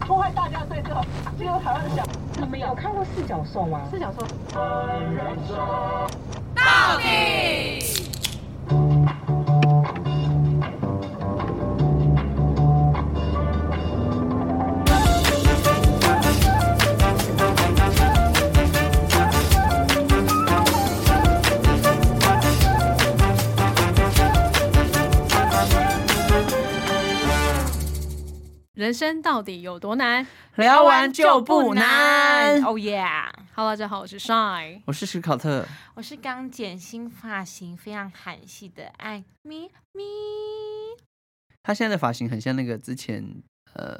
破坏大家对这个这个台湾的想，你们有看过四角兽吗？四角兽。人生到底有多难？聊完就不难。哦耶！ Hello，大家好，我是 Shine。我哦是史考特，我是刚剪新发型，非常韩系的爱咪咪。他现在的发型很像那个之前呃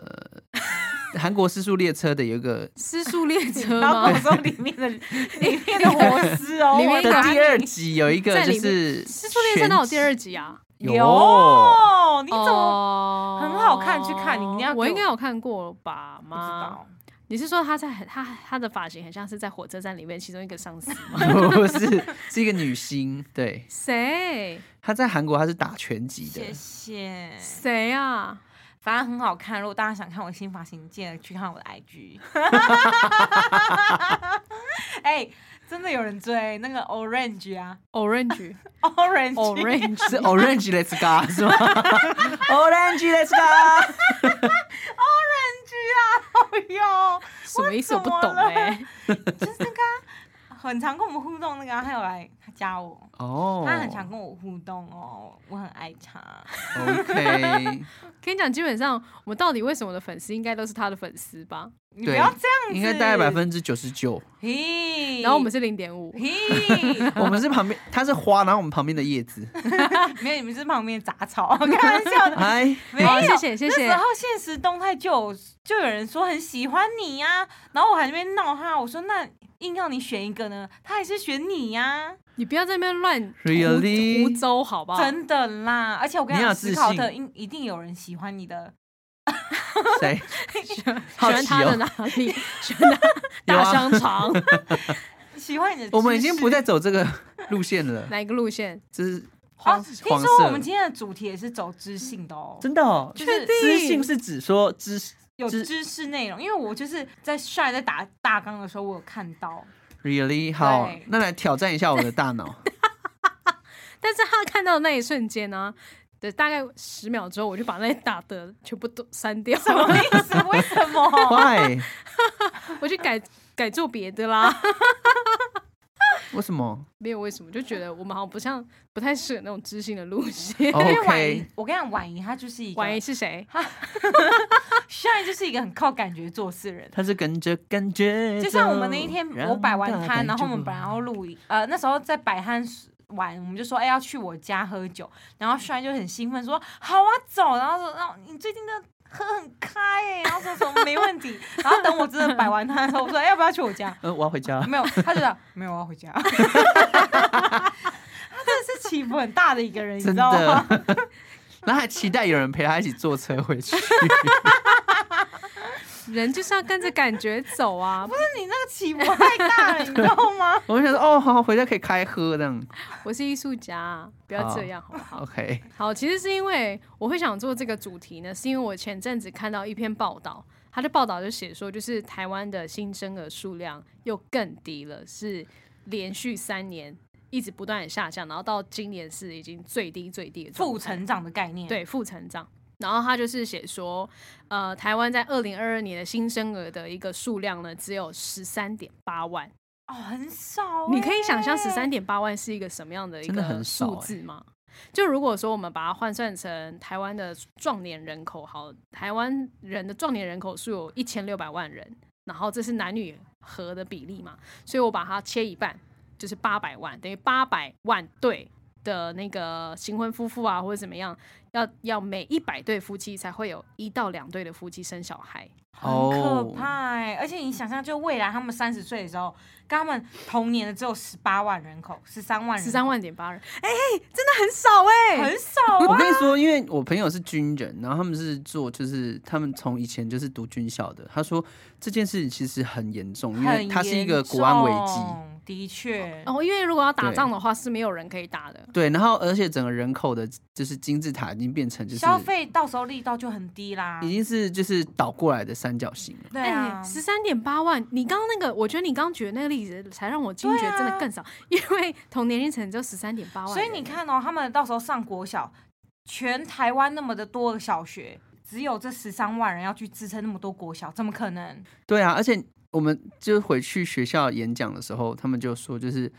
韩国失速列车的有一个私速列车然 后吗我？说里面的 里面的活尸哦，哎里面的我的哪里第二集有一个在就里面是私速列车哪有第二集？集啊？ 有哦有，你怎么哦很好看去看你一定要我给我应该有看过吧？不知妈，道？你是说他在很他他的发型很像是在火车站里面其中一个上 司吗？ 不是是一个女星，对，谁她在韩国她是打拳击的谢，谢，谁啊？反正很好看。如果大家想看我新发型，记得去看我的 IG。哎，真的有人追那个 Orange 啊 Orange ，Orange Orange 是 Orange Let's Go 是吗？Orange Let's Go， Orange 啊， 哎什么意思？我不懂怎么了哎、呦，就是那个啊很常跟我们互动那个啊，还有来他加我。哦，他很常跟我互动哦，我很爱他。 OK，跟你讲，基本上我们到底为什么我的粉丝应该都是他的粉丝吧？你不对要这样子，应该大概百分之九十九，嘿。然后我们是零点五，嘿， 我们是旁边，它是花，然后我们旁边的叶子，没有，你们是旁边杂 草，开玩笑的。哎，没有，谢谢谢谢那时候现实动态就有就有人说很喜欢你呀、然后我还在那边闹他，我说那硬要你选一个呢，他还是选你啊呀、你不要在那边乱 Really？胡胡诌好不好？真的啦。而且我跟你要讲，有自思考的信应一定有人喜欢你的， 谁？喜好欢奇他的哦哪里？喜欢他 有大啊香肠、喜欢你的知识。我们已经不再走这个路 线了， 哪一个路线？这是哦，黄听黄说色我们今天的主题也是走知性的哦，真的哦，就是知性是指说知有知知识内容，因为我就是在帅在打大纲的时候，我有看到， really 好对，那来挑战一下我的大 脑。但是他看到的那一瞬间呢、对，大概十秒之后，我就把那打的全部都删掉，什么意思？为什么？ Why？ 我就改改做别的啦。 为什 么没有为什么，就觉得我们好像不像不太适合那种知性的路 线。因为婉哦？OK，莹，我跟你讲，婉莹她就是一个，婉仪是谁？帅就是一个很靠感觉做事的人。他是跟着感觉走。就像我们那一天让我摆完大摊，白然后我们就本来要录影，呃，那时候在摆摊完，我们就说哎、要去我家喝酒，然后帅就很兴奋说好啊走，然后说那你最近的喝很开哎、然后说什么没问题，然后等我真的摆完摊的时候，我说、哎要不要去我家？呃，我要回家了。没有，他就讲没有，我要回家。 他真的是起伏很大的一个人，你真知道吗？ 的。 然后还期待有人陪他一起坐车回去，人就是要跟着感觉走啊！那你那个起伏太大了，你知道 吗？我就想说哦，好，回家可以开喝这样。我是艺术家，不要这样好不好？ OK，好，其实是因为我会想做这个主题呢，是因为我前阵子看到一篇报道，他的报道就写说，就是台湾的新生儿数量又更低了，是连续三年一直不断的下降，然后到今年是已经最低最低的状态负成长的概念，，对负成长。然后他就是写说，呃，台湾在二零二二年的新生儿的一个数量呢，只有十三点八万。哦，很少欸、你可以想象十三点八万是一个什么样的一真的个很少数字吗？就如果说我们把它换算成台湾的壮年人口，好，台湾人的壮年人口数有一千六百万人，然后这是男女合的比例嘛，所以我把它切一半，就是八百万，等于八百万对的那个新婚夫妇啊，或者怎么样，要要每一百对夫妻才会有一到两对的夫妻生小孩。哦很可怕哎、而且你想象，就未来他们三十岁的时候，跟他们同年的只有十八万人口，十三万人，十三万点八人，哎、真的很少哎、很少我啊。跟你说，因为我朋友是军人，然后他们是做，就是他们从以前就是读军校的。他说这件事情其实很严重，因为很它是一严个国安危机。哦重，的确，哦然后、因为如果要打仗的话，是没有人可以打的。对，然后而且整个人口的，就是金字塔已经变成就是消费啊到时候力道就很低啦已。经是就是倒过来的三角形了。对啊，哎十三点八万，你刚刚那个，我觉得你刚刚举的那个例子，才让我惊觉对啊真的更 少，因为同年龄层只有十三点八万人。所以你看哦，他们到时候上国小，全台湾那么的多个小学，只有这十三万人要去支撑那么多国小，怎么可能？对啊，而且我们就回去学校演讲的时候，他们就说就是。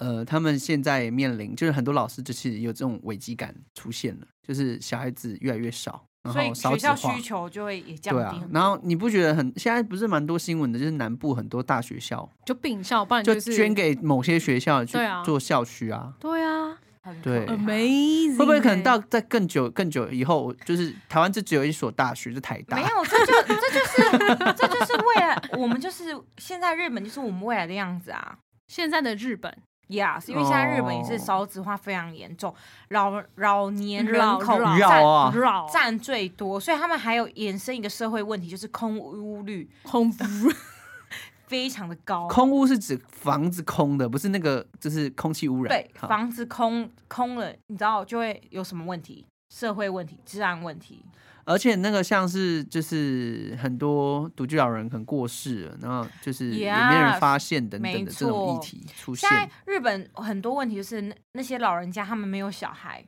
呃，他们现在也面临，就是很多老师就是有这种危机感出现了，就是小孩子越来越少，然所以后少学子校化。需求就会也降对低啊很，多。然后你不觉得很现在不是蛮多新闻的，就是南部很多大学校就并校，嗯不然就是捐。给某些学校去对啊做校区啊，对啊很对可怕，amazing，会不会可欸能到在更久更久以后，就是台湾就只有一所大学，就台没大，有，这就这就是这就是未来，我们就是现在日本就是我们未来的样子啊。现在的日本 Yes，因为现在日本也是哦少子化非常严重，老老年人老口老占绕啊，绕占最多，所以他们还有衍生一个社会问题，就是空屋率空服， 非常的 高。空屋是指房子空的，不是那个就是空气污染。对，好房子空空了，你知道就会有什么问题？社会问题、治安问题。而且那个像是就是很多独居老人可能过世了，然后就是也没人 Yes，发现等等没的这种错议题出现现，在日本很多问题就是那那些老人家他们没有小孩，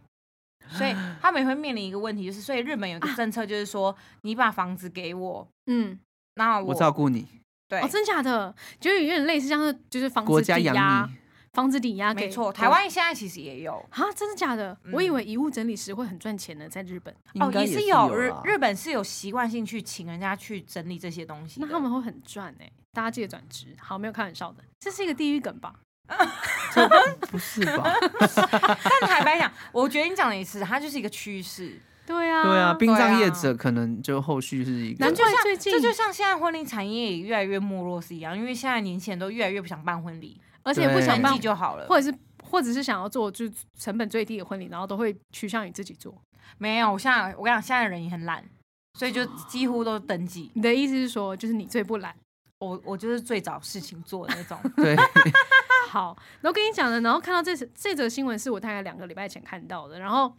所以他们也会面临一个问题，就是所以日本有一个政策就是说，你把房子给我，嗯，那我照顾你，对哦，，真假的，就有点类似像是就是房国子家抵养押你，，房子抵押给没错，台湾嗯现在其实也有。啊，真的假的？我以为遗物整理师会很赚钱呢，在日本，哦应，该是是有日啦日本是有习惯性去请人家去整理这些东西的，那他们会很赚哎，大家记得转职。好，没有开玩笑的，这是一个地狱梗吧？不是吧？但坦白讲，我觉得你讲的也是，它就是一个趋势。对啊， 对啊，殡对葬业啊者可能就后续是一个，难就怪像最近这就像现在婚礼产业也越来越没落是一样，因为现在年轻人都越来越不想办婚礼，而且不对想登办记，就好了。或者是或者是想要做就是成本最低的婚礼，然后都会趋向于自己做。没有，我现在我跟你讲，现在的人也很懒，所以就哦几乎都登记。你的意思是说，就是你最不懒？我我就是最早事情做的那 种， 对，好，然后跟你讲的，然后看到这这则新闻是我大概两个礼拜前看到的，然后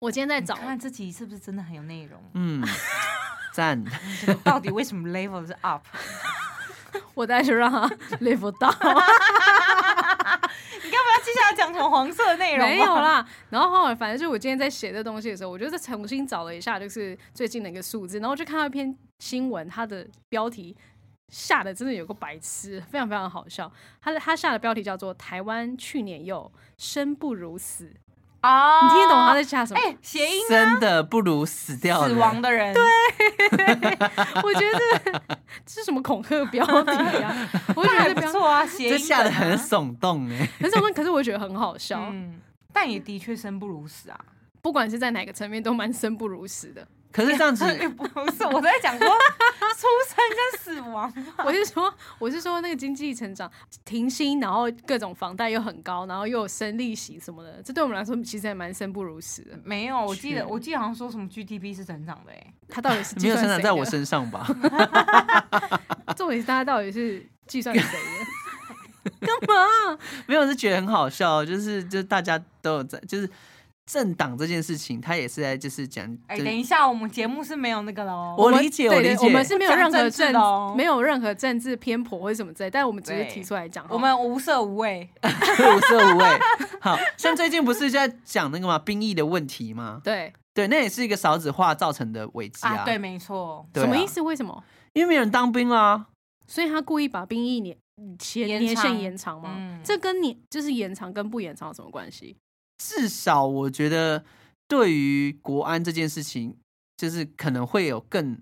我今天在你找，看这集是不是真的很有内容？嗯，赞，这个到底为什么 level 是 up？ 我大概就让他 level 到，你干嘛要接下来讲什么黄色的内容？没有，啦。然后后来反正就是我今天在写这东西的时候，我就再重新找了一下，就是最近的一个数字，然后我就看到一篇新闻，它的标题。下的真的有个白痴，非常非常好笑。他的他下的标题叫做“台湾去年又生不如死”，你哦，听得懂他在下什么？哎谐音真的不如死掉死人亡的人，对， 我觉得这这是什么恐吓标题 啊？我觉那还得不标错啊，谐音这吓得梗啊很耸动哎、很少问，可是我觉得很好笑。嗯，但也的确生不如死啊。 不管是在哪个层面，都蛮生不如死的。可是这 样子，哎不是，我在讲说出生跟死亡。 我是说，我是说那个经济成长停薪，然后各种房贷又很高，然后又有生利息什么的，这对我们来说其实还蛮生不如死的。没有，我记去得我记得好像说什么 GDP 是成长的哎、他到底是 没计有算生长谁在我的，身上吧？ 重点是他到底是计算谁的？干嘛啊？没有，是觉得很好笑，哦就是就是大家都有在，就是政党这件事情，他也是在就是讲，哎、就是 等一下，我们节目是没有那个喽。 我们理解对我理对解我们是没有任何讲政治的哦没有任何政治偏颇或者什么之类，但我们只是对提出来讲。我们无色无味，无色无味。好像最近不是在讲那个嘛兵役的问题吗？对对，那也是一个少子化造成的危机啊，对，对，没错，对什么啊意？思？为什么？因为没有人当兵啊。所以他故意把兵役年前延年限长延长吗？嗯这跟你就是延长跟不延长有什么关系？至少我觉得对于国安这件事情，就是可能会有更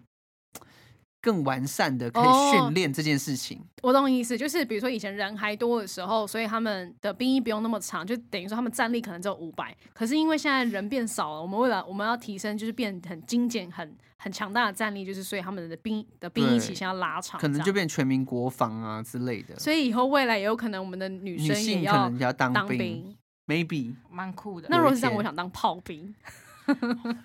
更完善的可哦以训练这件事情。我懂你意思，就是比如说以前人还多的时候，所以他们的兵役不用那么长，就等于说他们战力可能只有五百。可是因为现在人变少了，我们为了我们要提升，就是变很精简、很很强大的战力，就是所以他们的兵的兵役对期限要拉长，可能就这样。变全民国防啊之类的。所以以后未来也有可能我们的女女生也性可能要当当兵 m a y b e 蛮酷的。那如果是这样，有一天我想当炮兵。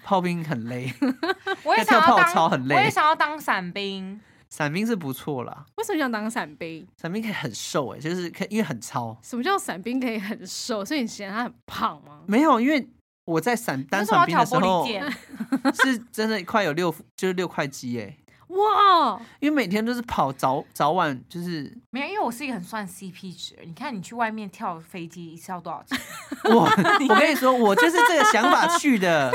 炮兵很累， 我也想跳要跳当，操很累我也想要当伞兵。伞兵是不错啦，为什么想当伞兵？伞兵可以很瘦哎、就是可以因为很超。什么叫伞兵可以很瘦？所以你嫌他很胖吗？没有，因为我在伞单为什么伞要兵挑的时拨候离间？是真的快有六就是六块肌哎、哇，因为每天都是跑早早晚就是没有，因为我是一个很算 CP 值的人。你看你去外面跳飞机一次要多少钱？ 我 我跟你说，我就是这个想法去的，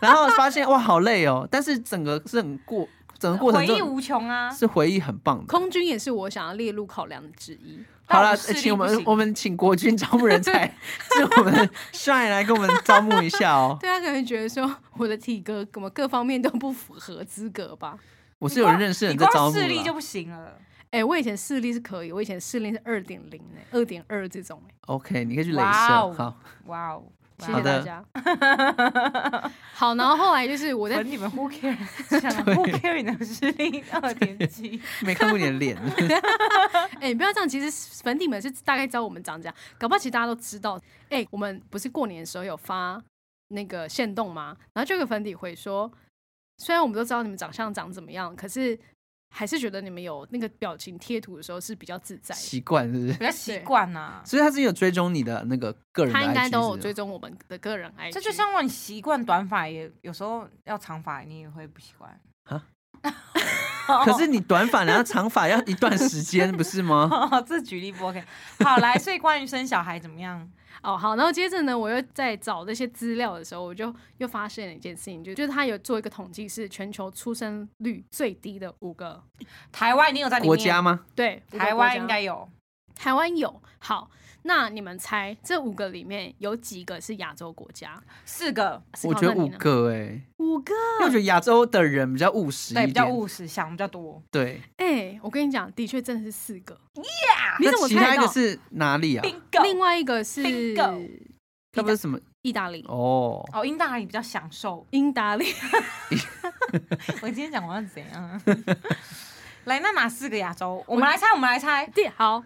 然后发现哇好累哦，但是整个是很过整个过程回忆中无穷啊！是回忆很棒的。空军也是我想要列入考量的之一。好了，呃但我们视力请我不们行我们请国军招募人才，是我们 的 Shine 来跟我们招募一下哦。对他可能觉得说我的体格怎么各方面都不符合资格吧？我是有认识的你人在招光募视力就啦不行了。哎、我以前视力是可以，我以前视力是二点零哎，二点二这种哎、 OK，你可以去镭哇射。哦好，哇哦！哇谢好谢的大家。好，然后后来就是我在管 你们 who care，想 who care 你的视力二点几？没看过你的 脸，哎、你不要这样，其实粉底们是大概知道我们长这样，搞不好其实大家都知道。哎、我们不是过年的时候有发那个限动吗？然后就有个粉底会说，虽然我们都知道你们长相长怎么样，可是还是觉得你们有那个表情贴图的时候是比较自在的。习惯是不是比？较习惯啊呐。所以他是有追踪你的那个个人的他 IG，应该都有是吗追踪我们的个人 IG，这就像我你习惯短发也，有时候要长发你也会不习惯。 可哦是你短发，然后长发要一段时间，不是 吗？这举例不 OK。好，来，所以关于生小孩怎么样？哦好，然后接着呢，我又在找这些资料的时候，我就又发现了一件事情，就就是他有做一个统计，是全球出生率最低的五个，台湾一定有在里面，国家吗？对，五个台国湾家应该有。台湾有。好，那你们猜这五个里面有几个是亚洲国家？四个，我觉得五，个哎、五个。因为我觉得亚洲的人比较务实一对，点，比较务实，想比较多。对。哎、我跟你讲，的确真的是四个。你怎么那其猜他得一到个？是哪里啊？另外外一个是 Bingo 他不是什么意大利，哦？哦，英大你比较享受。英达利。 我今天讲我要怎样 啊？来，那哪四个亚洲？我们来猜，我们来猜，对，好，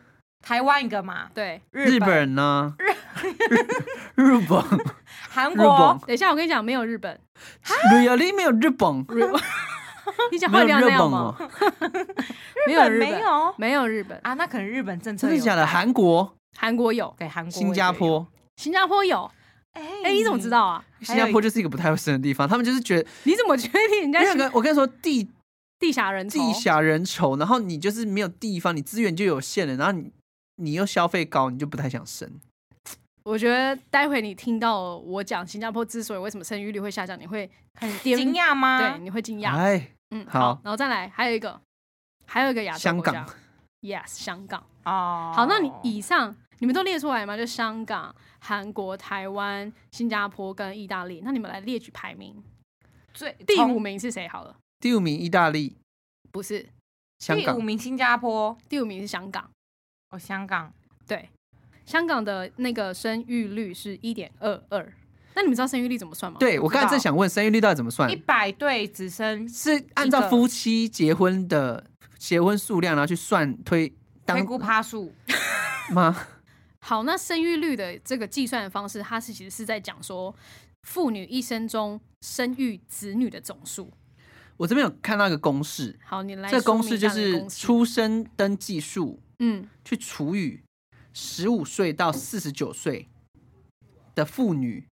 台湾一个嘛，对，日本、本呢？日 日本韩日国本、等一下，我跟你讲，没有日本。旅游里没有日本， 你讲没话有一定要那日本样吗？哦，没有日日本没本，有没有日本，啊？那可能日本政策真的有假的？改韩国、韩国有，对韩国、新加，坡，新加坡有。哎、嗯哎、你怎么知？道啊？新加坡就是一个不太会生的地方，他们就是觉得，你怎么确定人因家为我是跟我跟你说地地狭人稠？地狭人稠，然后你就是没有地方，你资源就有限了，然后你你又消费高，你就不太想生。我觉得待会你听到我讲新加坡之所以为什么生育率会下降，你会很颠惊讶吗？对，你会惊讶。哎，嗯，啊好好，然后再来，还有一个，还有一个亚洲香国家港 Yes，香港。哦，好，那你以上你们都列出来吗？就香港、韩国、台湾、新加坡跟意大利，那你们来列举排名。最第从五名是谁？好了，第五名意大利，不是，香第五港，名新加坡，第五名是香港。哦，香港对，香港的那个生育率是一点二二。那你们知道生育率怎么算吗？，对我刚才正想问生育率到底怎么算嗯一，百对直升是按一照个夫妻结婚的结婚数量，然后去算推推当估趴数，吗？ 好，那生育率的这个计算的方式，它是其实是在讲说妇女一生中生育子女的总数。我这边有看到一个公式，好，你来这个说公明式一就下你的是公式出生登记数嗯，去除以十五岁到四十九岁的妇女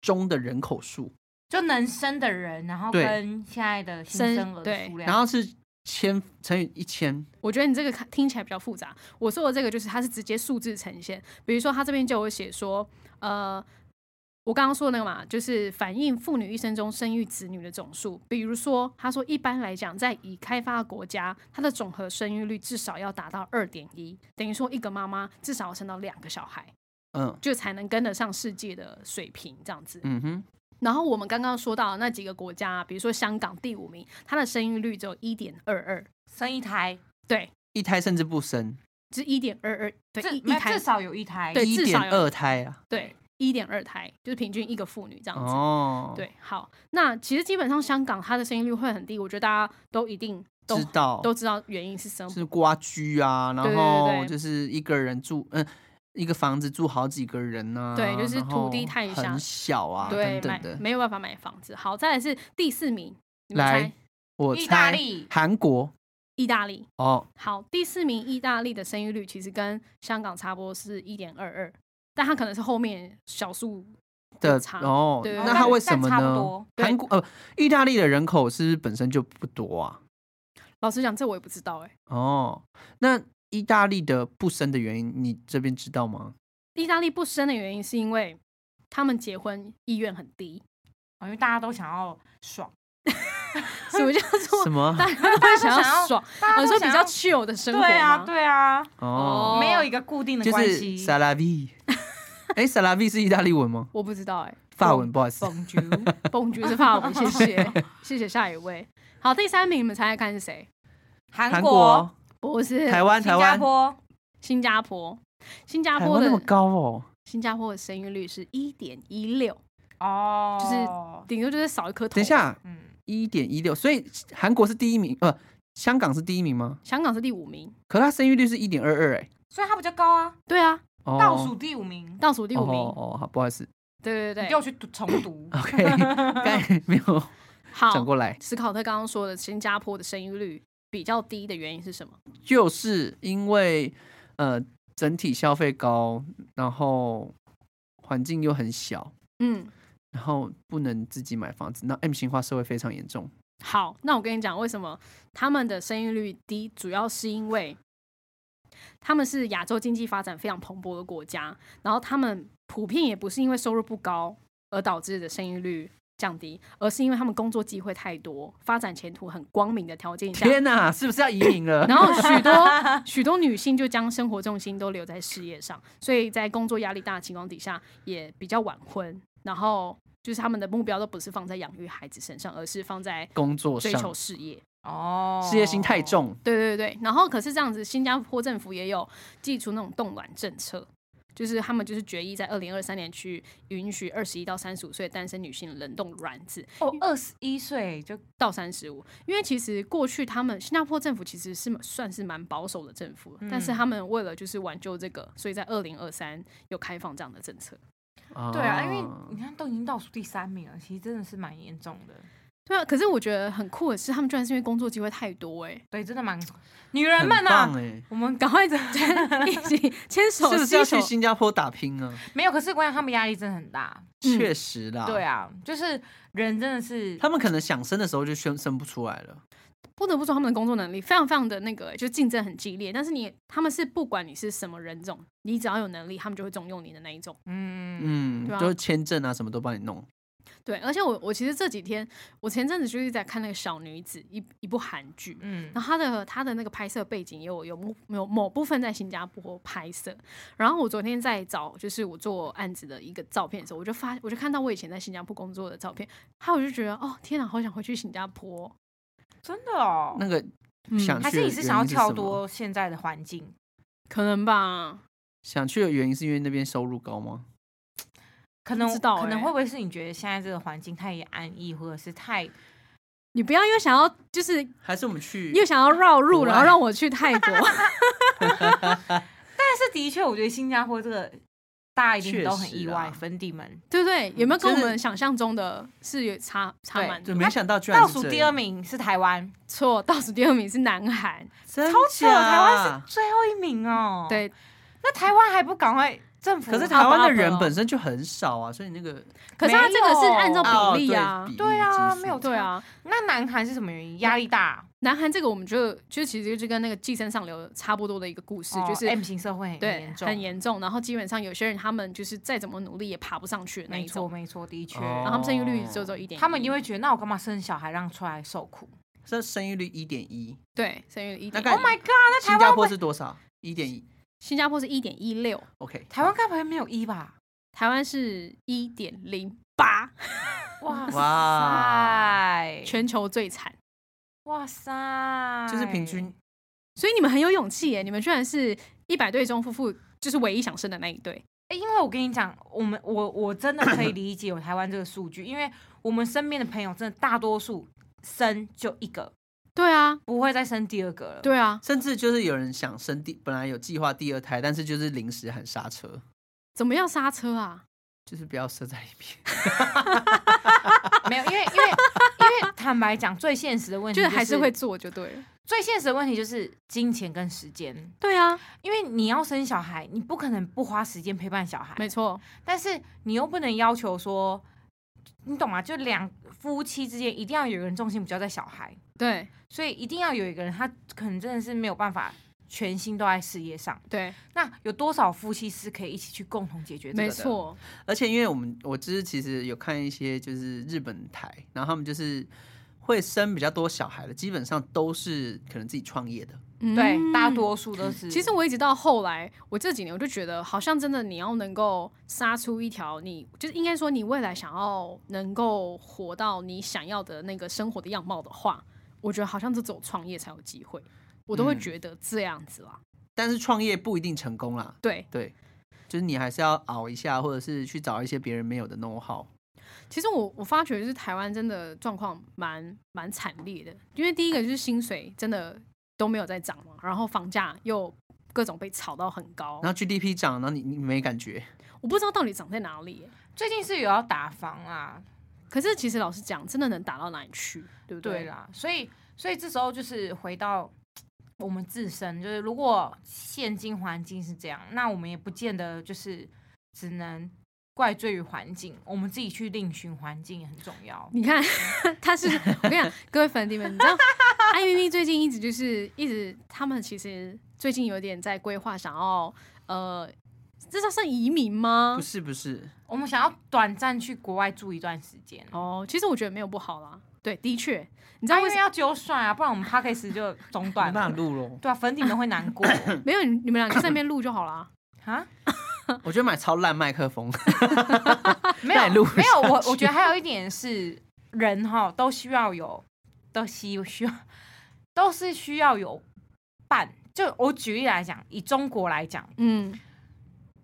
中的人口数，就能生的人，然后对跟现在的新生生儿的对啊数量，然后是千乘以一千，我觉得你这个看听起来比较复杂。我说的这个就是它是直接数字呈现，比如说它这边就有写说，呃，我刚刚说的那个嘛，就是反映妇女一生中生育子女的总数。比如说，他说一般来讲，在已开发国家，它的总和生育率至少要达到二点一，等于说一个妈妈至少要生到两个小孩，嗯就才能跟得上世界的水平这样子。嗯哼，然后我们刚刚说到的那几个国家，比如说香港第五名，它的生育率只有一点二二，生一胎，对，一胎甚至不生，就是一点二二，对，至一一没有胎至，少有一胎。对一至点少有二胎啊。对，一点二胎，就是平均一个妇女这样子。哦，，对，好，那其实基本上香港它的生育率会很低，我觉得大家都一定都知道都知道原因是什么。是瓜居啊，对然对后对就是一个人住，嗯。一个房子住好几个人啊，对就是然后土地太小很小啊，对，等买等的。没有办法买房子。好，再来是第四名，你们来猜我意大猜利韩国意大利。哦，好，第四名意大利的生育率其实跟香港差不多是一点二二，但它可能是后面小数的很长哦，对那它为什么但差不呢多？对韩国呃，意大利的人口是不是本身就不多啊？老实讲，这我也不知道哎、哦，那意大利的不生的原因，你这边知道吗？意大利不生的原因是因为他们结婚意愿很低，哦因为大家都想要爽， 什么叫做什么？哦大 家都想大家都想要要爽？大家我都哦说想比要较 chill 的生活对啊，吗，对啊，哦，没有一个固定的就关是系。萨拉 V。哎， 萨拉 V 是意大利文吗？我不知道哎、法文，不好意思。 Bonjour 蹦局是法文，谢谢 谢谢下一位。好，第三名你们猜猜看是谁？韩韩国、不是台湾、台新加湾、坡，新加坡，新加台坡湾那么的高哦，新加坡的生育率是一点一六，哦，顶多就是少一颗头。等一，下，嗯，一点一六，所以韩国是第一名，呃，香港是第一名吗？香港是第五名。可它生育率是一点二二，哎，所以它比较高啊，对啊，哦倒数第五名，倒数第五名。哦哦，哦好，不好意思。对对你给我对，去读重读，OK，刚才 没有好。转过来，史考特刚刚说的新加坡的生育率比较低的原因是什么？就是因为呃整体消费高，然后环境又很小，嗯，然后不能自己买房子，那 M 型化社会非常严重。好，那我跟你讲，为什么他们的生育率低，主要是因为他们是亚洲经济发展非常蓬勃的国家，然后他们普遍也不是因为收入不高而导致的生育率降低，而是因为他们工作机会太多，发展前途很光明的条件下，天哪，是不是要移民了？然后许多许多女性就将生活重心都留在事业上，所以在工作压力大的情况底下，也比较晚婚。然后就是他们的目标都不是放在养育孩子身上，而是放在工作追上求事业。哦，事业心太，重，对对对，然后可是这样子，新加坡政府也有寄出那种冻卵政策，就是他们就是决议在二零二三年去允许二十一到三十五岁单身女性冷冻卵子哦，二十一岁就到三十五，因为其实过去他们新加坡政府其实是算是蛮保守的政府，但嗯是他们为了就是挽救这个，所以在二零二三有开放这样的政策。对啊，因为哦你看都已经倒数第三名了，其实真的是蛮严重的。对啊，可是我觉得很酷的是，他们居然是因为工作机会太多哎、对，真的蛮女人很们棒啊，哎，我们赶快 一起牵手是不是要携手，去新加坡打拼啊？没有，可是我想他们压力真的很大。嗯确实啦，对，啊，就是人真的是他们可能想生的时候就生生不出来了，不得不说他们的工作能力非常非常的那个欸、就竞争很激烈。但是你他们是不管你是什么人种，你只要有能力，他们就会重用你的那一种。嗯嗯对啊，就是签证啊什么都帮你弄，对，而且我我其实这几天，我前阵子就是在看那个小女子一一部韩剧，嗯然后它的它的那个拍摄背景也有有某有某部分在新加坡拍摄，然后我昨天在找就是我做案子的一个照片的时候，我就发我就看到我以前在新加坡工作的照片，还有我就觉得哦天哪，好想回去新加坡哦，真的哦。那个嗯想还去的是你原是因想要什跳么多现在的环境？可能吧，想去的原因是因为那边收入高吗？可能知道可欸能会不会是你觉得现在这个环境太安逸，或者是太你不要又想要就是还是我们嗯去又想要绕路，国外然后让我去泰国， 但是的确，我觉得新加坡这个大家一定都很意确外，实啊粉底们对不对？有没有跟我就是们想象中的是有差差对蛮就多？没想到居然倒是数这第二样，名是台湾，错，倒数第二名是南韩，真超扯，啊假台湾是最后一名哦。，对，那台湾还不赶快政府？可是台湾的哦好人吧本身就很少啊，所以那个可是它这个是没有按照哦比例对啊，比例对啊基数没有对啊。那南韩是什么原因？压力大，南韩这个我们就就其实就跟那个寄生上流差不多的一个故事，哦就是 M 型社会很对严重，很严重。然后基本上有些人他们就是再怎么努力也爬不上去的那没一错哦种，没错，的确。哦然后他们生育率只有只有一点，他们因为觉得，那我干嘛生小孩让出来受苦这生育率一点一，对生育率一那点干？Oh my god！那台新加湾坡会是多少？一点一新加坡是一点一六， ，OK，台湾该不会没有一吧？台湾是一点零八，哇哇塞，全球最惨。哇塞，就是平哎均，所以你们很有勇气耶，你们居然是一百对中夫妇，就是唯一想生的那一对。欸，因为我跟你讲，我们我我真的可以理解有台湾这个数据，因为我们身边的朋友真的大多数生就一个，对啊，不会再生第二个了。，对啊，甚至就是有人想生第，本来有计划第二胎，但是就是临时喊刹车，怎么样刹车啊？就是不要射在里面。 没有，因为因为因为坦白讲，最现实的问题、就是还是是会做就对了。最现实的问题就是金钱跟时间，对啊，因为你要生小孩，你不可能不花时间陪伴小孩，没错，但是你又不能要求说，你懂吗？就两夫妻之间一定要有人重心比较在小孩，对所以一定要有一个人，他可能真的是没有办法全心都在事业上。对，那有多少夫妻是可以一起去共同解决这个的？没，错，而且因为我们我就是其实有看一些就是日本台，然后他们就是会生比较多小孩的，基本上都是可能自己创业的。嗯对，大多数都是。其实我一直到后来，我这几年我就觉得，好像真的你要能够杀出一条你，就是应该说你未来想要能够活到你想要的那个生活的样貌的话，我觉得好像只走创业才有机会，我都会嗯觉得这样子啦。但是创业不一定成功啦，对，对，就是你还是要熬一下，或者是去找一些别人没有的 know how。其实我我发觉就是台湾真的状况蛮蛮惨烈的，因为第一个就是薪水真的都没有在涨嘛，然后房价又各种被炒到很高然，后 GDP 涨，然后你你没感觉，我不知道到底涨在哪里耶、最近是有要打房啊，可是其实老实讲，真的能打到哪里去，对不 对啦，所以所以这时候就是回到我们自身，就是如果现今环境是这样，那我们也不见得就是只能怪罪于环境，我们自己去另寻环境也很重要。你看，他是 我跟你讲，各位粉底们，你知道艾咪咪最近一直就是一直，他们其实最近有点在规划，想要呃，这叫算移民嗯吗不？是不是，我们想要短暂去国外住一段时间，哦，其实我觉得没有不好啦。对，的确，你知啊道因为为什么？要揪算啊，不然我们 p a c k a g e 就中没断办法了。录咯。 对啊，粉底们会难 过没有，你你们两个在那边录就好啦。啊，我觉得买超烂麦克风，没再 有录没有，我下去我觉得还有一点是人哈都需要有，都需需要 都是需要有伴。就我举例来讲，以中国来讲，嗯，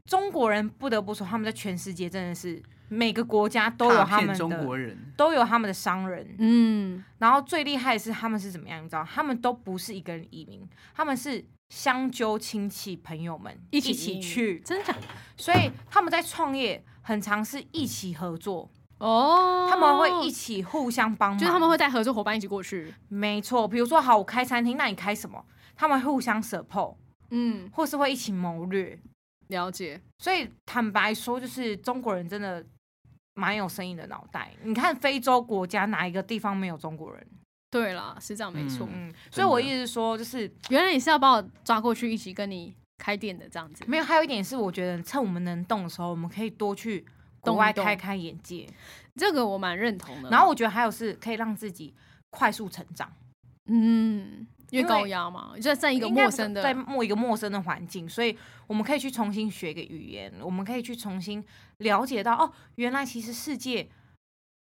中国人不得不说，他们在全世界真的是每个国家都有诈他骗们中的，国人，都有他们的商人。嗯，然后最厉害的是他们是怎么样？你知道，他们都不是一个人移民，他们是相揪亲戚朋友们一起移起民去，嗯真假？所以他们在创业很常是一起合作，哦，他们会一，起互相帮忙，就是他们会带合作伙伴一起过去。没错，比如说好，我开餐厅，那你开什么？他们会互相 support，嗯，或是会一起谋略。了解。所以坦白说，就是中国人真的蛮有生意的脑袋。你看非洲国家哪一个地方没有中国人？对啦，是这样没错。嗯嗯，所以我一直说，就是原来你是要把我抓过去一起跟你开店的这样子。没有。还有一点是，我觉得趁我们能动的时候，我们可以多去国动一外动开开眼界。这个我蛮认同的。然后我觉得还有是可以让自己快速成长。嗯，因因为为高压嘛，就在一个应该陌不是生的，在陌一个陌生的环境，所以我们可以去重新学一个语言，我们可以去重新了解到哦，原来其实世界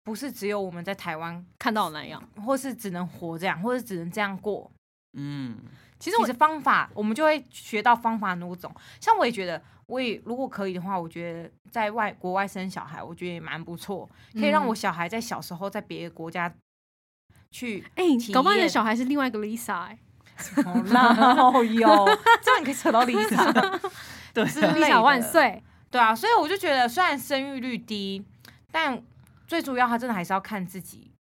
不是只有我们在台湾，看到的那样。或是只能活这样，或是只能这样过。嗯，其实其我实方法，我们就会学到方法多种。像我也觉得，我也如果可以的话，我觉得在外国外生小孩，我觉得也蛮不错，可以嗯让我小孩在小时候在别的国家 去。哦哎、体搞不好你的验小孩是另外一个 Lisa，、欸、好啦， 哟，这样你可以扯到 Lisa，对啊之类 Lisa 的万岁。对啊，所以我就觉得，虽然生育率低，但最主要他真的还是要看自己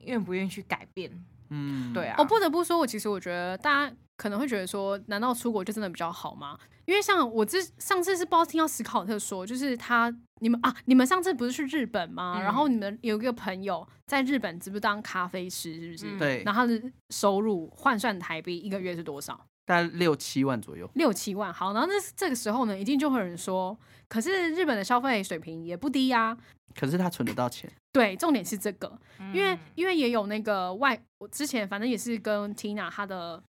愿不愿意去改变。嗯，对啊，我、哦不得不说，我其实我觉得大家可能会觉得说，难道出国就真的比较好吗？因为像我之上次是不知道听到史考特说，就是他你们啊，你们上次不是去日本吗？嗯然后你们有一个朋友在日本，是不是当咖啡师？是不是？嗯对，然后他的收入换算台币一个月是多少？大概六七万左右。六七万，好，然后那这个时候呢，一定就会有人说，可是日本的消费水平也不低呀、可是他存得到钱，对，重点是这个，因为、嗯因为也有那个外，我之前反正也是跟 Tina 她的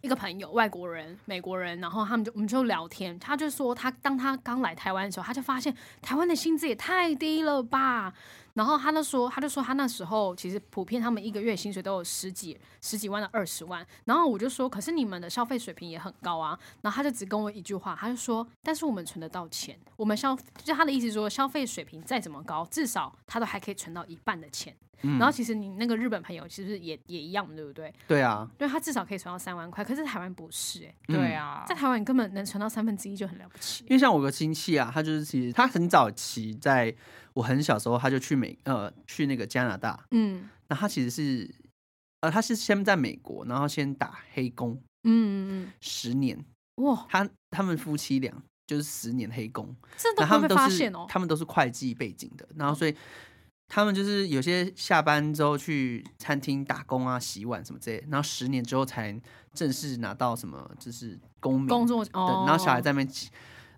一个朋友，外国人、美国人，然后他们就我们就聊天，他就说他当他刚来台湾的时候，他就发现台湾的薪资也太低了吧，然后他就说，他就说他那时候其实普遍他们一个月薪水都有十几十几万到二十万。然后我就说，可是你们的消费水平也很高啊。然后他就只跟我一句话，他就说，但是我们存得到钱，我们消就他的意思说，消费水平再怎么高，至少他都还可以存到一半的钱。嗯然后其实你那个日本朋友其实也也一样，对不对？对啊，对他至少可以存到三万块，可是台湾不是哎、嗯对啊在，台湾你根本能存到三分之一就很了不起因。为像我有个亲戚啊，他就是其实他很早期，在我很小时候他就去美呃去那个加拿大，嗯那他其实是呃他是先在美国，然后先打黑工嗯嗯十年，嗯，哇，他他们夫妻俩就是十年黑工，这都那他不们会被都发是现哦。嗯他们都是会计背景的，然后所以他们就是有些下班之后去餐厅打工啊、洗碗什么之类的，然后十年之后才正式拿到什么就是公民工作对哦，然后小孩在那边起，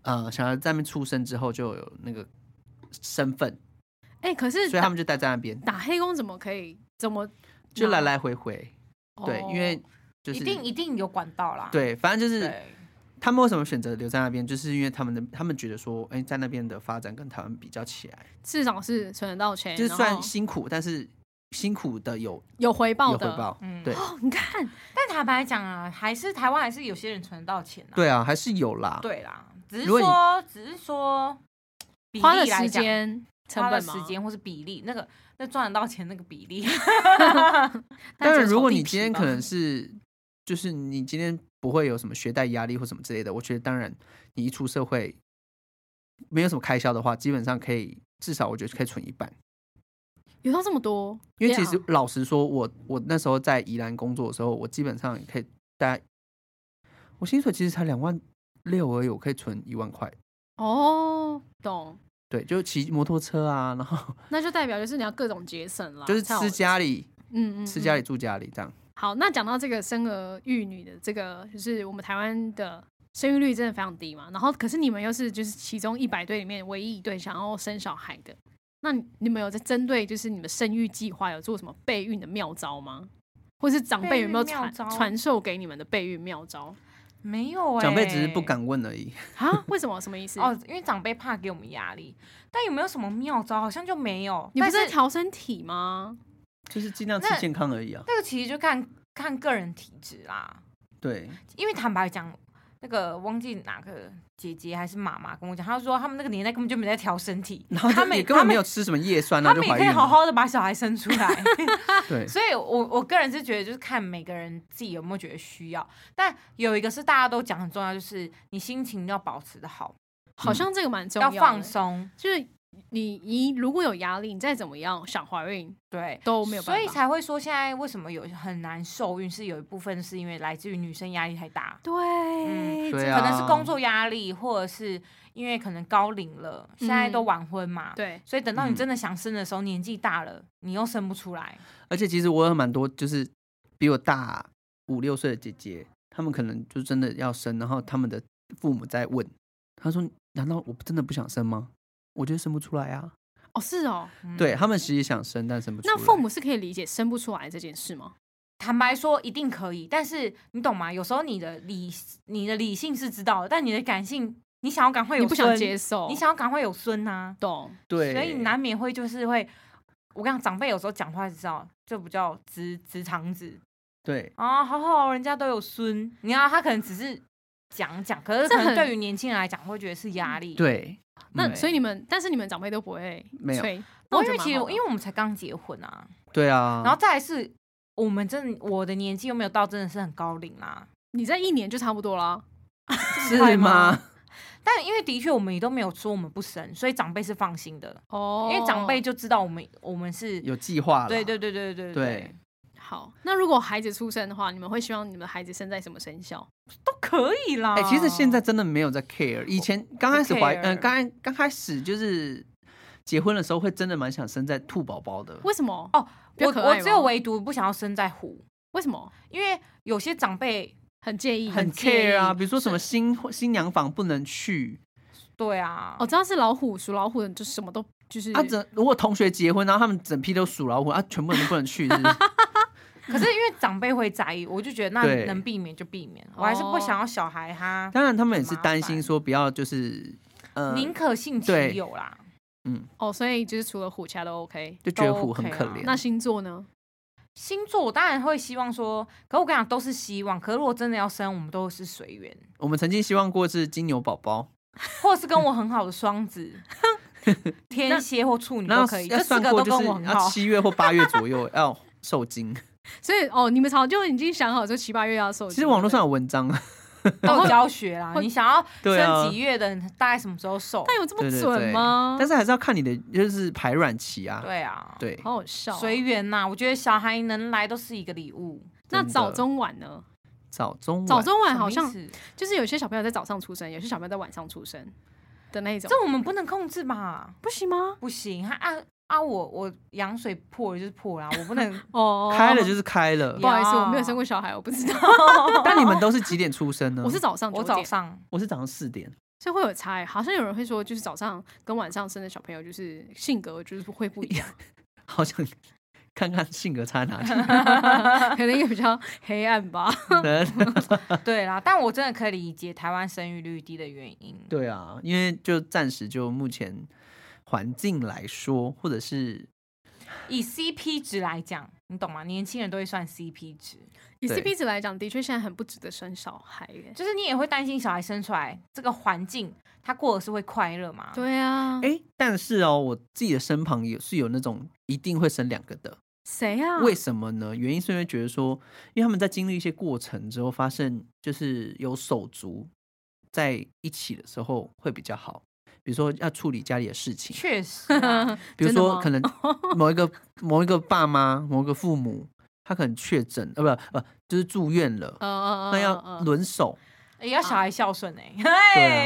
呃，小孩在那边出生之后就有那个身份，哎、可是所以打他们就待在那边，打黑工怎么可以？怎么就拿来来回回，哦对，因为就是哦一定一定有管道啦。对，反正就是对，他们为什么选择留在那边，就是因为他们的他们觉得说，哎、在那边的发展跟台湾比较起来，至少是存得到钱，就是然虽然后辛苦，但是辛苦的有有回报有回的。报，嗯对哦，你看，但坦白讲啊，还是台湾还是有些人存得到钱啊。对啊，还是有啦，对啦，只是如果你说只是说比花的例来时讲，间成花的本嘛时，间或是比例，那个那赚得到钱那个比例， 但但是是如果你今天可能是，就是你今天不会有什么学贷压力或什么之类的，我觉得当然你一出社会，没有什么开销的话，基本上可以至少我觉得可以存一半。有到这么多，因为其对啊实老实说，我我那时候在宜兰工作的时候，我基本上也可以大概，我薪水其实才两万六而已，我可以存一万块。哦，懂，对，就骑摩托车啊，然后那就代表就是你要各种节省啦，就是才有吃家里、嗯嗯，嗯吃家里、住家里这样。好，那讲到这个生儿育女的这个，就是我们台湾的生育率真的非常低嘛。然后，可是你们又是就是其中一百对里面唯一一对想要生小孩的，那你你们有在针对就是你们生育计划有做什么备孕的妙招吗？或是长辈有没有备孕妙传招传授给你们的备孕妙招没有哎、长辈只是不敢问而已。 啊？为什么？什么意思？哦，因为长辈怕给我们压力。但有没有什么妙招？好像就没有。你不但是是在调身体吗？就是尽量吃那健康而已啊。那个其实就看看个人体质啦。对，因为坦白讲，那个忘记哪个姐姐还是妈妈跟我讲，她说他们那个年代根本就没在调身 体，然后他就们也根本他们没有吃什么叶酸啊，他就们也怀可孕以了。好好的把小孩生出 来。对，所以我，我个人是觉得，就是看每个人自己有没有觉得需要。但有一个是大家都讲很重要，就是你心情要保持的好，好像这个蛮重要的放，松，就是你你如果有压力，你再怎么样想怀孕对。都没有办所法。以才会说，现在为什么有很难受孕，是有一部分是因为来自于女生压力太大，对，嗯对啊可能是工作压力，或者是因为可能高龄了，现在都晚婚嘛，，嗯对，所以等到你嗯真的想生的时候，年纪大了，你又生不出来，而且其实我有蛮多就是比我大五六岁的姐姐，她们可能就真的要生，然后她们的父母在问，她说：“难道我真的不想生吗？我觉得生不出来啊。哦，是哦，嗯对他们其实想生，但生不出来。那父母是可以理解生不出来这件事吗？坦白说，一定可以，但是你懂吗？有时候你的理你的理性是知道的，但你的感性，你想要赶快有你孙，不想接受，你想嗯要赶快有孙啊呐、懂？对，所以你难免会就是会，我跟你讲，长辈有时候讲话就知道，这不叫直直肠子对啊、好好，人家都有孙，你看他可能只是讲讲，可是这可能很对于年轻人来讲，会觉得是压力。，对，那嗯所以你们，但是你们长辈都不会没有催，那我我因觉为得其实因为为我们才刚结婚啊，对啊，然后再来是我们真的我的年纪又没有到真的是很高龄啦、你在一年就差不多啦。是吗？ 但因为的确我们也都没有说我们不生，所以长辈是放心的，哦，因为长辈就知道我们我们是有计划了，对对对对对对，好。那如果孩子出生的话，你们会希望你们的孩子生在什么生肖？都可以啦。哎、其实现在真的没有在 care，以前刚开始怀，哦不嗯、 care 刚开刚开始就是结婚的时候，会真的蛮想生在兔宝宝的。为什么？哦比较我可爱吗，我只有唯独不想要生在虎，为什么因为有些长辈很介意？很 care 介啊，意比如说什么新新娘房不能去对啊，我知道哦是老虎，属老虎的就什么都就是啊，整如果同学结婚，然后他们整批都属老虎啊，全部人都不能去，是不 是？可是因为长辈会在意，我就觉得那对能避免就避免，我还是不想要小孩哈，当然他们也是担心说不要就是呃，宁可信其有啦。嗯，哦，所以就是除了虎其他都 OK。就觉得虎很可都 OK 怜。啊那星座呢？星座我当然会希望说，可我跟你讲都是希望，可是如果真的要生，我们都是随缘，我们曾经希望过是金牛宝宝，或者是跟我很好的 双子、天蝎或处女那都可要以，这要四算个过都就是跟我很要好。七月或八月左右 要受精。所以哦，你们早就已经想好这七八月要受精了。其实网络上有文章，啊都有教学 啦，会你想要对啊生几月的，你大概什么时候瘦？但有这么对对准对吗？但是还是要看你的就是排卵期啊。对啊，对，好好笑哦。随缘呐。我觉得小孩能来都是一个礼物。那真的早中晚呢？早中晚早中晚好什像么意思就是有些小朋友在早上出生，有些小朋友在晚上出生的那一种，这我们不能控制吧？不行吗？不行，他啊啊，我我羊水破了就是破 了啊，我不能。哦，开了就是开 了不。好意思，我没有呀生过小孩，我不 知道。但你们都是几点出生呢？哦我是早上，我早， 上我是早上四点，所以会有差欸异。好像有人会说，就是早上跟晚上生的小朋友，就是性格就是会不一 样，好想 看看性格差哪里。可能也比较黑暗吧。 对啦，但我真的可以理解台湾生育率低的原因。 对啊，因为就暂时就目前环境来说，或者是以 CP 值来讲，你懂吗？年轻人都会算 CP 值，以对 CP 值来讲，的确现在很不值得生小孩耶。就是啊你也会担心小孩生出来这个环境，他过的是会快乐吗？对啊，哎、但是哦，我自己的身旁有是有那种一定会生两个的，谁啊？嗯为什么呢？原因是因为觉得说，因为他们在经历一些过程之后，发现就是有手足在一起的时候会比较好，比如说要处理家里的事情，确实啊、 比如真的说吗可能某一个某一个爸妈、某一个父母，他可能确诊，呃，不不，就是住院了，嗯呃呃呃，那呃要呃轮 手，也要小孩孝顺 哎、对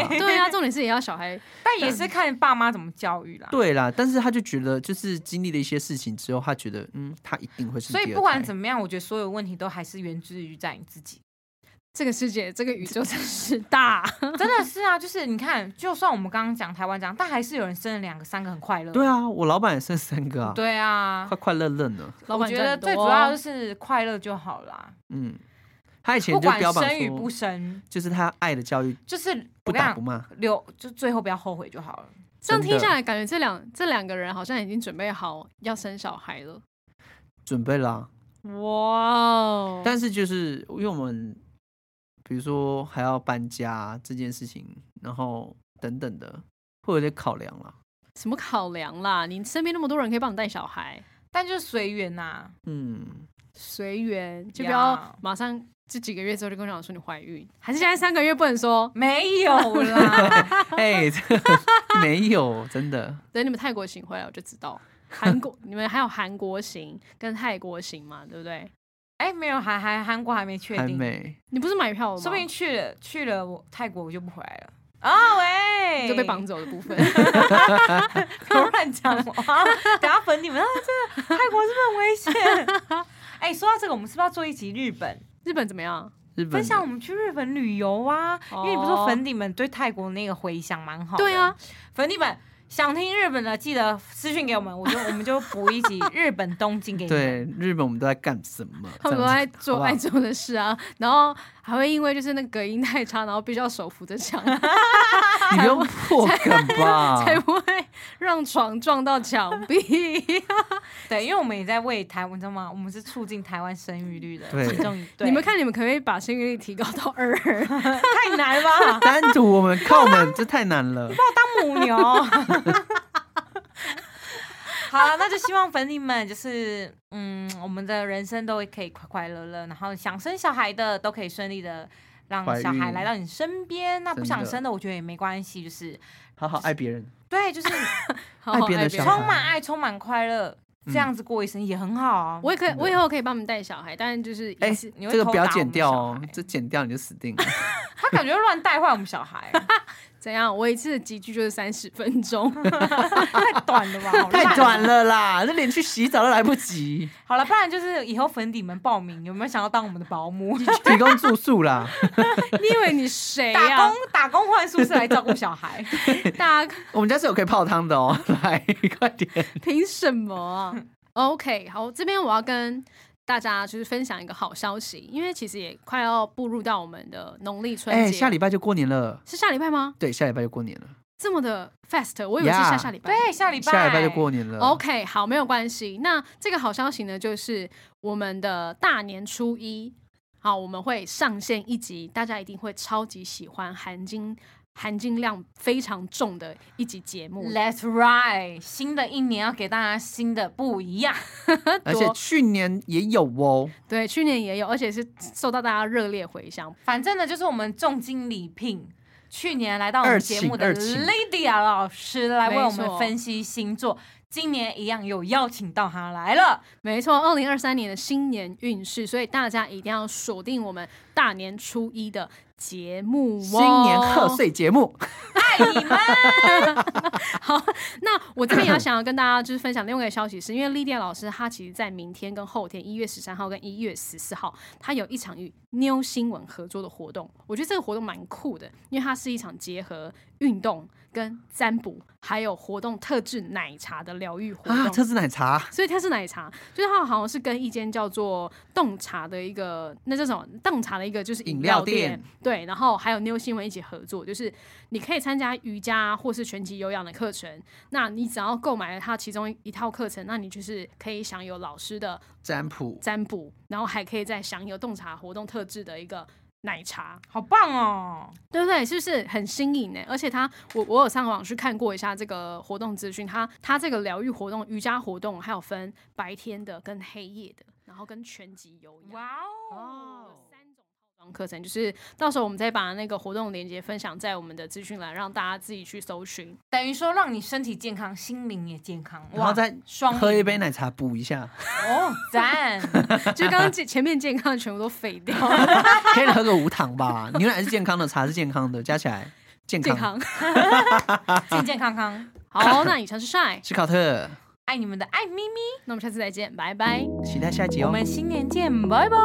啊 嘿对啊，重点是也要小孩但也是看爸妈怎么教育啦。，对啦，但是他就觉得，就是经历了一些事情之后，他觉得，嗯，他一定会是第所二胎。以不管怎么样，我觉得所有问题都还是源自于在你自 己。这个世界，这个宇宙真是大。真的是啊，就是你看，就算我们刚刚讲台湾这样，但还是有人生了两个、三个很快乐。对啊，我老板也生三个啊，对啊快，快乐乐呢，老我板觉赚得很最主多要哦就是快乐就好啦，嗯，他以前不就管标榜生与说不，生，就是他爱的教育就是不我跟你打不讲，骂，留就最后不要后悔就好了。这样真听的下来，感觉这两这两个人好像已经准备好要生小孩了。准备啦。哇哦！但是就是因为我们，比如说还要搬家啊这件事情，然后等等的，会有点考量啦。什么考量啦？你身边那么多人可以帮你带小孩，但就是随缘呐，嗯，随缘，就呀不要马上这几个月之后就跟我讲说你怀孕，还是现在三个月不能说。没 有啦，哎、 这个没有，真的等你们泰国行回来我就知道。韩国，你们还有韩国行跟泰国行嘛？对不对？哎，没有，还还韩国还没 确还定，没。你不是买票了吗？说不定去了去了我泰国我就不回来了。啊喂，就被绑走的部 分。不要乱讲我 啊！等下粉你们啊！这个泰国是不是很危险？ 哎、说到这个，我们是不是要做一集日本，日本怎么样？日本分享我的们去日本旅游啊？因为你不是哦说粉底们对泰国那个回响蛮好？对啊，，粉底们想听日本的，记得私讯给我们，我就我 们就补一集日本东京给你对们。日本我们都在干什么？他们这都样在子好做不好爱做的事啊，然后还会因为就是那个隔音太差，然后必须要手扶着 墙，你不 用破梗吧？才不会让床撞到墙壁。对，因为我们也在为台湾，你知道吗？我们是促进台湾生育率的 对其中一对。你们看，你们可不可以把生育率提高到二？ 太难了吧？单独我们靠我们，这太难 了。当母牛。好了，那就希望粉底们就是，嗯，我们的人生都可以快快乐乐，然后想生小孩的都可以顺利的让怀孕小孩来到你身边。那不想真生的，我觉得也没关系，就是好好爱别人，对，就是好好爱别人的小孩充满爱，充满快乐，这样子过一生也很好啊。 我也可以，我以后可以帮你们带小孩，但就是哎、也是你会这个偷不要打我剪们掉小哦孩，这剪掉你就死定了。他感觉乱带坏我们小 孩，怎样？我一次的集聚就是三十分 钟，太短了吧，好烂太哦短。了啦，那连去洗澡都来不 及，好了，不然就是以后粉底们报名，有没有想要当我们的保姆？提供住宿啦。你以为你谁啊打呀、工打工换宿舍来照顾 小孩，打工 我们家是有可以泡汤的哦， 来快点。凭什么 啊？OK，好，这边我要跟大家就是分享一个好消息，因为其实也快要步入到我们的农历春哎、节，下礼拜就过年了，是下礼拜吗？对，下礼拜就过年了。这么的 fast，我以为是 Yeah 下下礼拜。呃对，哎下礼拜下礼拜就过年了。 OK，好，没有关系。那这个好消息呢，就是我们的大年初一，好，我们会上线一集，大家一定会超级喜欢，含金含金量非常重的一集节目。 Let's ride！新的一年要给大家新的不一样，而且去年也有哦，对，去年也有，而且是受到大家热烈回响。反正呢就是我们重金礼聘。去年来到我们二节请目的二请 Lydia 老师来为我没们错分析星座，今年一样有邀请到她来了。没错，二零二三年的新年运势，所以大家一定要锁定我们大年初一的节目、哦。新年贺！岁节目，爱你们！那我这边也要想要跟大家就是分享另外一个消息是，因为莉迪亚老师她其实在明天跟后天一月十三号跟一月十四号，她有一场与妞新闻合作的活动。我觉得这个活动蛮酷的，因为它是一场结合运动跟占卜，还有活动特制奶茶的疗愈活动。啊，特制奶茶，所以它是奶茶，就是它好像是跟一间叫做洞茶的一个，那叫什么洞茶的一个就是饮料饮料店对，然后还有妞新闻一起合作，就是你可以参加瑜伽或是拳击有氧的课程，那你只要购买了它其中一套课程，那你就是可以享有老师的占卜，占卜，然后还可以再享有洞茶活动特制的一个奶茶。好棒哦！对不对？是不是很新颖呢？而且它，我我有上网去看过一下这个活动资讯，它它这个疗愈活动、瑜伽活动还有分白天的跟黑夜的，然后跟拳击有氧。哇哦哦！三种套装课程，就是到时候我们再把那个活动链接分享在我们的资讯栏，让大家自己去搜寻。等于说让你身体健康，心灵也健康，然后再双赢喝一杯奶茶补一 下，哦，赞！ 就刚刚前前面健康的全部都废掉，可以喝个无糖吧，牛奶是健康的，茶是健康的，加起来健健康。康。健健康康，好，那以上是 Shine，史考特，爱你们的爱咪咪，那我们下次再见，拜拜。期待下一集哦。我们新年见，拜拜。